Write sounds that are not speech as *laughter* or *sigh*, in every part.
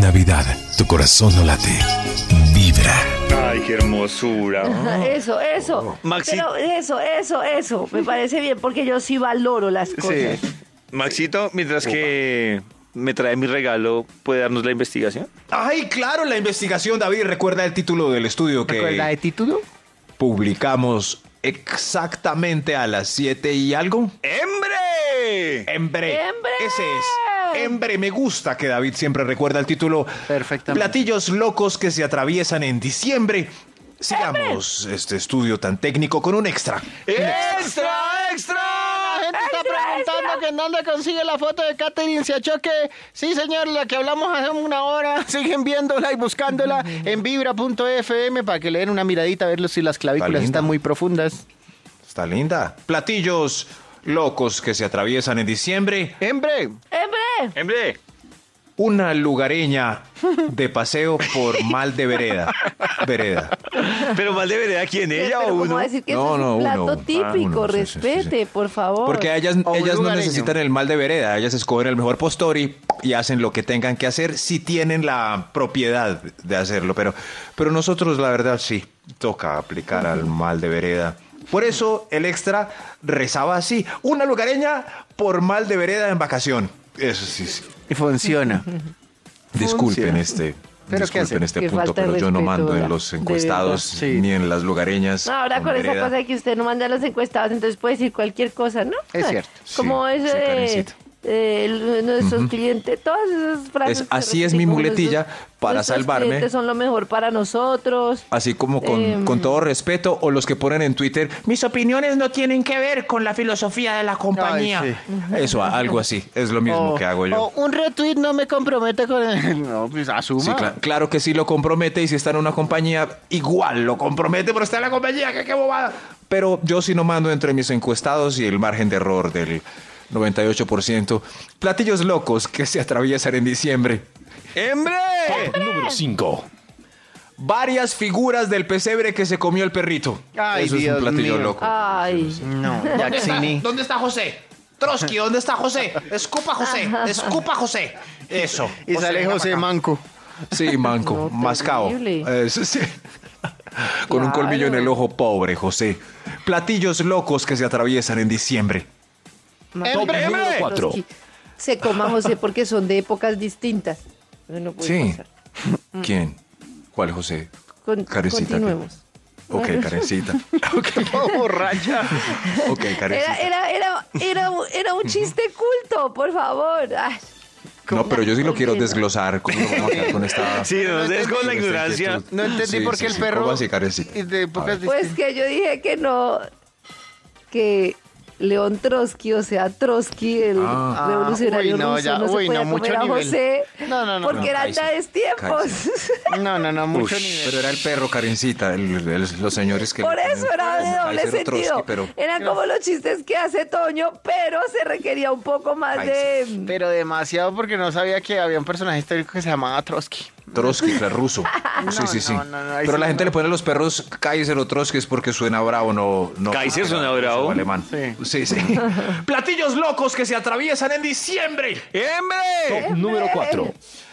Navidad, tu corazón no late, vibra. Ay, qué hermosura. Ajá, Ah, Eso, eso. Maxi- Pero eso, eso, eso. Me parece bien porque yo *laughs* sí valoro las Sí. cosas. Maxito, mientras que me trae mi regalo, ¿puede darnos la investigación? Ay, claro, la investigación, David, recuerda el título del estudio que ¿Recuerda de título? publicamos exactamente a las 7 y algo. ¡Hembre! Hembre. ¡Hembre! Ese es. Hembre, me gusta que David siempre recuerda el título. Perfectamente. Platillos locos que se atraviesan en diciembre. Sigamos este estudio tan técnico con un extra. ¡Extra, extra! La gente está preguntando que en dónde consigue la foto de Catherine Siachoque. Sí, señor, la que hablamos hace una hora. *laughs* Siguen viéndola y buscándola en vibra.fm para que le den una miradita a ver si las clavículas linda. están muy profundas. Está linda. Platillos locos que se atraviesan en diciembre. ¡Hembre! ¡Hembre! ¡Hembre! Una lugareña de paseo *laughs* por mal de vereda. Vereda. Pero mal de vereda, ¿quién? ¿Ella Pero o ¿cómo uno? decir que No, eso es no, un uno. plato Ah, típico? uno, sí, sí, sí, Respete, por favor. Porque a ellas, O un ellas no lugareño. necesitan el mal de vereda, ellas escogen el mejor postor y, y hacen lo que tengan que hacer si tienen la propiedad de hacerlo. Pero, pero nosotros, la verdad, sí, toca aplicar al mal de vereda. Por eso el extra rezaba así, una lugareña por mal de vereda en vacación. Eso sí, sí. Y funciona. Disculpen este, ¿Pero qué disculpen hacen? este Qué punto, falta de pero yo no respeto, mando en ¿verdad? los De encuestados verdad. Sí. ni en las lugareñas. No, ahora con esa vereda. cosa de que usted no manda a los encuestados, entonces puede decir cualquier cosa, ¿no? Ah, Es cierto. Como Sí, ese sí, de Karencita. eh, el- nuestros clientes, todas esas frases. Es- que así es mi repetimos, muletilla nuestros- para nuestros salvarme. clientes son lo mejor para nosotros. Así como con, Em. con todo respeto, o los que ponen en Twitter, Mis opiniones no tienen que ver con la filosofía de la compañía. Ay, sí. Oh. eso, a- algo así, *laughs* es lo mismo O- que hago yo. o un retweet no me compromete con el... *laughs* No, pues asuma. Sí, cla- claro que sí lo compromete y si está en una compañía, igual lo compromete, pero está en la compañía, que qué bobada. Pero yo sí no mando entre mis encuestados y el margen de error del 98%. Platillos locos que se atraviesan en diciembre. ¡Hembre! Top número 5. Varias figuras del pesebre que se comió el perrito. Ay, eso Dios es un platillo mío. loco. Ay, No, Jacksini. ¿Dónde está José? Trotsky, ¿dónde está José? Escupa José, escupa José. Eso. Y sale venga José para acá. *laughs* Manco. Sí, manco, No, mascao. terrible. Eso sí. Con un Claro. colmillo en el ojo, pobre José. Platillos locos que se atraviesan en diciembre. ¡Hembre! número cuatro. Trotsky. Se coma José porque son de épocas distintas. Eso no puede Sí. pasar. Mm. ¿Quién? ¿Cuál José? Con- Karencita, continuemos. Ok, *laughs* Karencita. *laughs* *laughs* borracha! Ok, Era, Karencita. era, eh, era, era, un- era un chiste culto, por favor. Ay, No, pero yo sí lo quiero Continúa. desglosar. ¿Cómo lo vamos a quedar con esta? Sí, no nos dejes con la esta ignorancia. inquietud? No entendí Sí, por qué sí, el sí. perro... ¿Cómo así, Karencita? y de épocas Pues que yo dije que no, que León Trotsky, o sea, Trotsky, el Ah. revolucionario Uy, no, ruso, ya, no se uy, podía no, comer mucho a nivel. José No, no, no, porque no, eran cállese, tales tiempos. cállese. No, no, no, mucho Ush, nivel. pero era el perro, Karencita. el- el- los señores que. Por le ponen eso era de como doble Kaiser o Trotsky, sentido. pero Eran como los chistes que hace Toño, pero se requería un poco más Cállese. de... Pero demasiado porque no sabía que había un personaje histórico que se llamaba Trotsky. Trotsky, claro, ruso. *laughs* No, sí, sí, sí. no, no, no, ahí Pero sí la no. gente le pone a los perros Kaiser o Trotsky es porque suena bravo, no. no Kaiser suena no, bravo. o alemán. Sí, sí. *laughs* Platillos locos que se atraviesan en diciembre. ¡Hembre! Top número 4.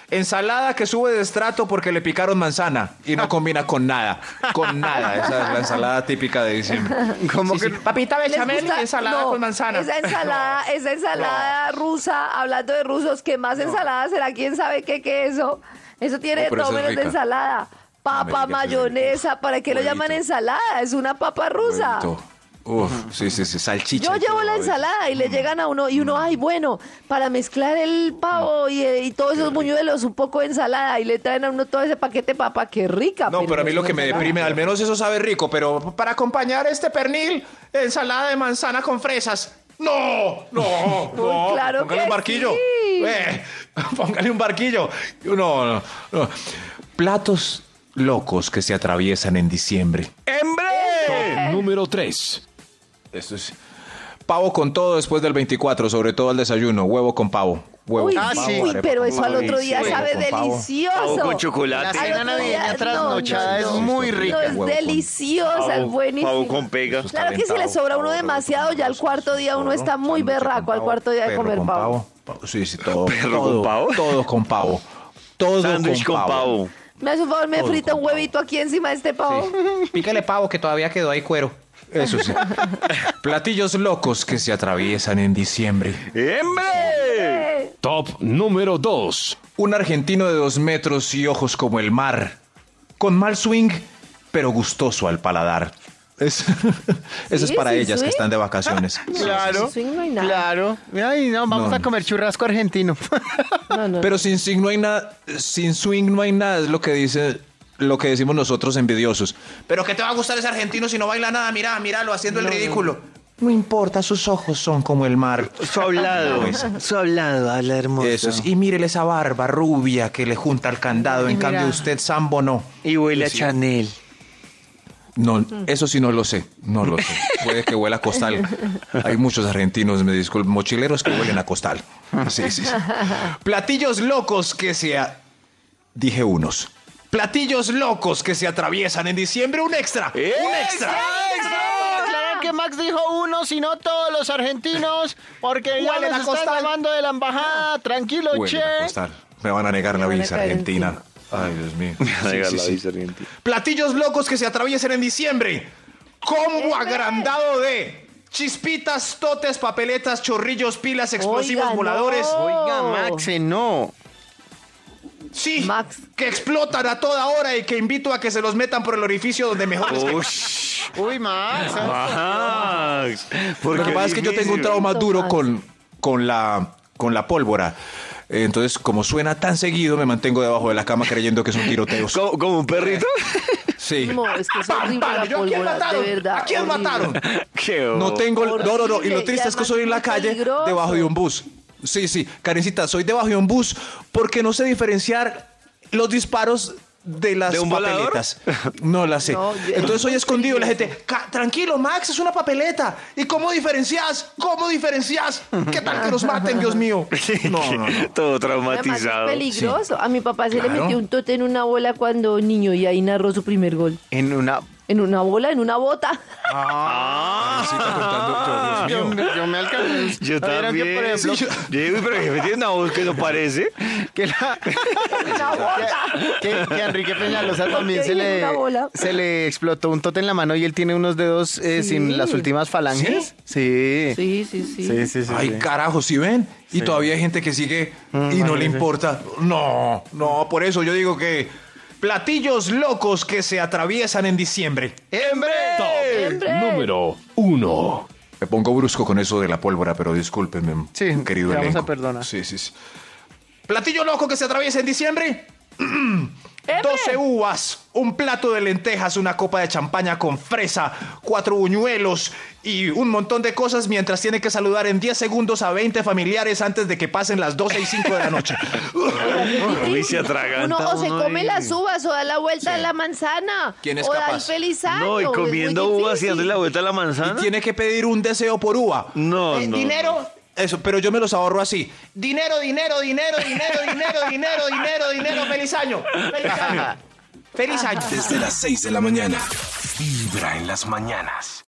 Ensalada que sube de estrato porque le picaron manzana y *laughs* no combina con nada. Con nada. Esa es la ensalada típica de *laughs* diciembre. Como que Papita ¿Les bechamel gusta? y ensalada No, con manzana. Esa *laughs* ensalada, esa ensalada rusa, hablando de rusos, ¿qué más ensalada será? ¿Quién sabe qué que eso? Eso tiene No, pero todo esa es menos de rica. ensalada. Papa, América, pues, es mayonesa, ¿para qué lo Huevito. llaman ensalada? Es una papa rusa. Huevito. Uf, sí, sí, sí. Salchicha. Yo y todo, llevo la a ver. ensalada y le llegan a uno y uno, ay, bueno, para mezclar el pavo y, eh, y todos esos buñuelos, un poco de ensalada y le traen a uno todo ese paquete de papa, qué rica. No, pero a mí es lo una que me ensalada. deprime, al menos eso sabe rico, pero Para acompañar este pernil, ensalada de manzana con fresas. ¡No! ¡No! *laughs* Uy, ¡No! claro Póngale que un barquillo. sí. Eh, *laughs* póngale un barquillo. No, no, no. Platos locos que se atraviesan en diciembre. Top número 3. Esto es. Pavo con todo después del 24, sobre todo al desayuno. Huevo con pavo. Huevo Uy, con Ah, pavo, sí. uy, arepa pero con eso al pavo. otro día Sí, sabe huevo con pavo. delicioso. Pavo con la chocolate. Al cena otro día- navideña no, trasnochada no, es no. muy No, rica. No, es Huevo con- deliciosa, es Pavo- buenísima. pavo con pega. Claro que si le Calentado, sobra uno pavo, demasiado, ya al sí, cuarto sí, día uno pavo, está muy sándwich con berraco al pavo, cuarto día de perro comer con pavo. pavo. Sí, sí, todo. ¿Perro con todo, pavo? Todo con pavo. Todo Sándwich con pavo. Me hace un favor, me Todo frita un con pavo. huevito aquí encima de este pavo. *laughs* Pícale pavo que todavía quedó ahí cuero. Eso sí. Platillos locos que se atraviesan en diciembre. ¡Hembre! Eh, Top número 2. Un argentino de dos metros y ojos como el mar. Con mal swing, pero gustoso al paladar. Es- *laughs* eso es Sí, para sí, ellas swing. que están de vacaciones. *laughs* Claro. sin swing no hay nada. Claro. Ay, no, vamos No. a comer churrasco argentino. No, no. Pero sin swing no hay nada. Sin swing no hay nada, es lo que dice. Lo que decimos nosotros envidiosos. Pero que te va a gustar ese argentino si no baila nada, mirá, míralo haciendo el ridículo. No importa, sus ojos son como el mar. *laughs* Su *laughs* hablado. Su hablado, habla hermoso. Eso es. Y mírele esa barba rubia que le junta al candado. Y En mira. cambio, usted, Sambo, no. Y huele a Chanel. No, Mm. eso sí no lo sé. No lo sé. Puede que huela a costal. Hay muchos argentinos, me disculpo, mochileros que huelen a costal. Sí, sí, sí. Platillos locos que se... a- Dije unos. Platillos locos que se atraviesan en diciembre. Un extra. Un extra. Debo aclarar que Max dijo uno, sino todos los argentinos, porque ya Huelen nos a están costal. llamando de la embajada. Tranquilo, Huelen a che. costal. Me van a negar Me la van a visa caer argentina. encima. Ay, Dios mío. *laughs* Negar Sí, sí, la sí. visa argentina. Platillos locos que se atraviesen en diciembre. Combo agrandado de chispitas, totes, papeletas, chorrillos, pilas, explosivos, Oiga, no. voladores. Oiga, Max, no. Sí, Max. que explotan a toda hora y que invito a que se los metan por el orificio donde mejor Oh, les quede. Ush, Uy, Max. Ah. Max. Lo que pasa es que yo tengo un trauma Siento duro más. con, con, la, con la pólvora. Entonces, como suena tan seguido, me mantengo debajo de la cama creyendo que son tiroteos. ¿Como, como un *laughs* perrito? *laughs* Sí. No, es que es ¡Pam, horrible pam! la ¿Yo a quién pólvora, de mataron? verdad. ¿A quién horrible. mataron? Qué No bobo. tengo el. No, no, no. Y Horrible, lo y triste es que además soy en la muy calle peligroso. debajo de un bus. Sí, sí. Karencita, soy debajo de un bus porque no sé diferenciar los disparos de las ¿De un volador? papeletas. *laughs* No las sé. No, yo- Entonces *laughs* soy escondido. La gente. Ca- Tranquilo, Max, es una papeleta. ¿Y cómo diferencias? ¿Cómo diferencias? ¿Qué tal que los maten, Dios *laughs* mío? No, no, no. Todo Además, es traumatizado. peligroso. A mi papá se le Claro. metió un tote en una bola cuando niño y ahí narró su primer gol. En una. En una bola, en una bota. Karencita Ah, *laughs* contando- yo, Dios Yo, mío. Ah, yo me alcancé. Ah. Yo ¿Vieron también. Que, por ejemplo, Sí, yo- yo digo, pero que me tiene una voz que no *laughs* parece. que la- que- que a Enrique Peñalosa ¿Por también qué se viene le, una bola? se le explotó un tote en la mano y él tiene unos dedos eh, Sí. sin las últimas falanges. Sí. Sí, sí, sí. Sí, sí, sí, Ay, sí. Mm, carajo, ¿sí ven? Y todavía hay gente que sigue y no le importa. No, no, por eso yo digo que platillos locos que se atraviesan en diciembre. Siempre. Número 1. Me pongo brusco con eso de la pólvora, pero discúlpenme, Sí, querido te vamos elenco. a perdonar. Sí, sí, sí. Platillo loco que se atraviesa en *clears throat* diciembre. 12 uvas, un plato de lentejas, una copa de champaña con fresa, cuatro buñuelos y un montón de cosas mientras tiene que saludar en 10 segundos a 20 familiares antes de que pasen las 12 y 5 de la *laughs* noche. Uy, se atraganta Uno o se uno come ahí. las uvas o da la vuelta a la manzana. ¿Quién es o da el capaz? feliz año. No, y es muy comiendo uvas y difícil. dándole la vuelta a la manzana. Y tiene que pedir un deseo por uva. No, Eh, no. Dinero, Eso, pero yo me los ahorro así. dinero, dinero, dinero, dinero, dinero, dinero, dinero, dinero, feliz año. Feliz año. Feliz año. Desde las 6 de la mañana. Vibra en las mañanas.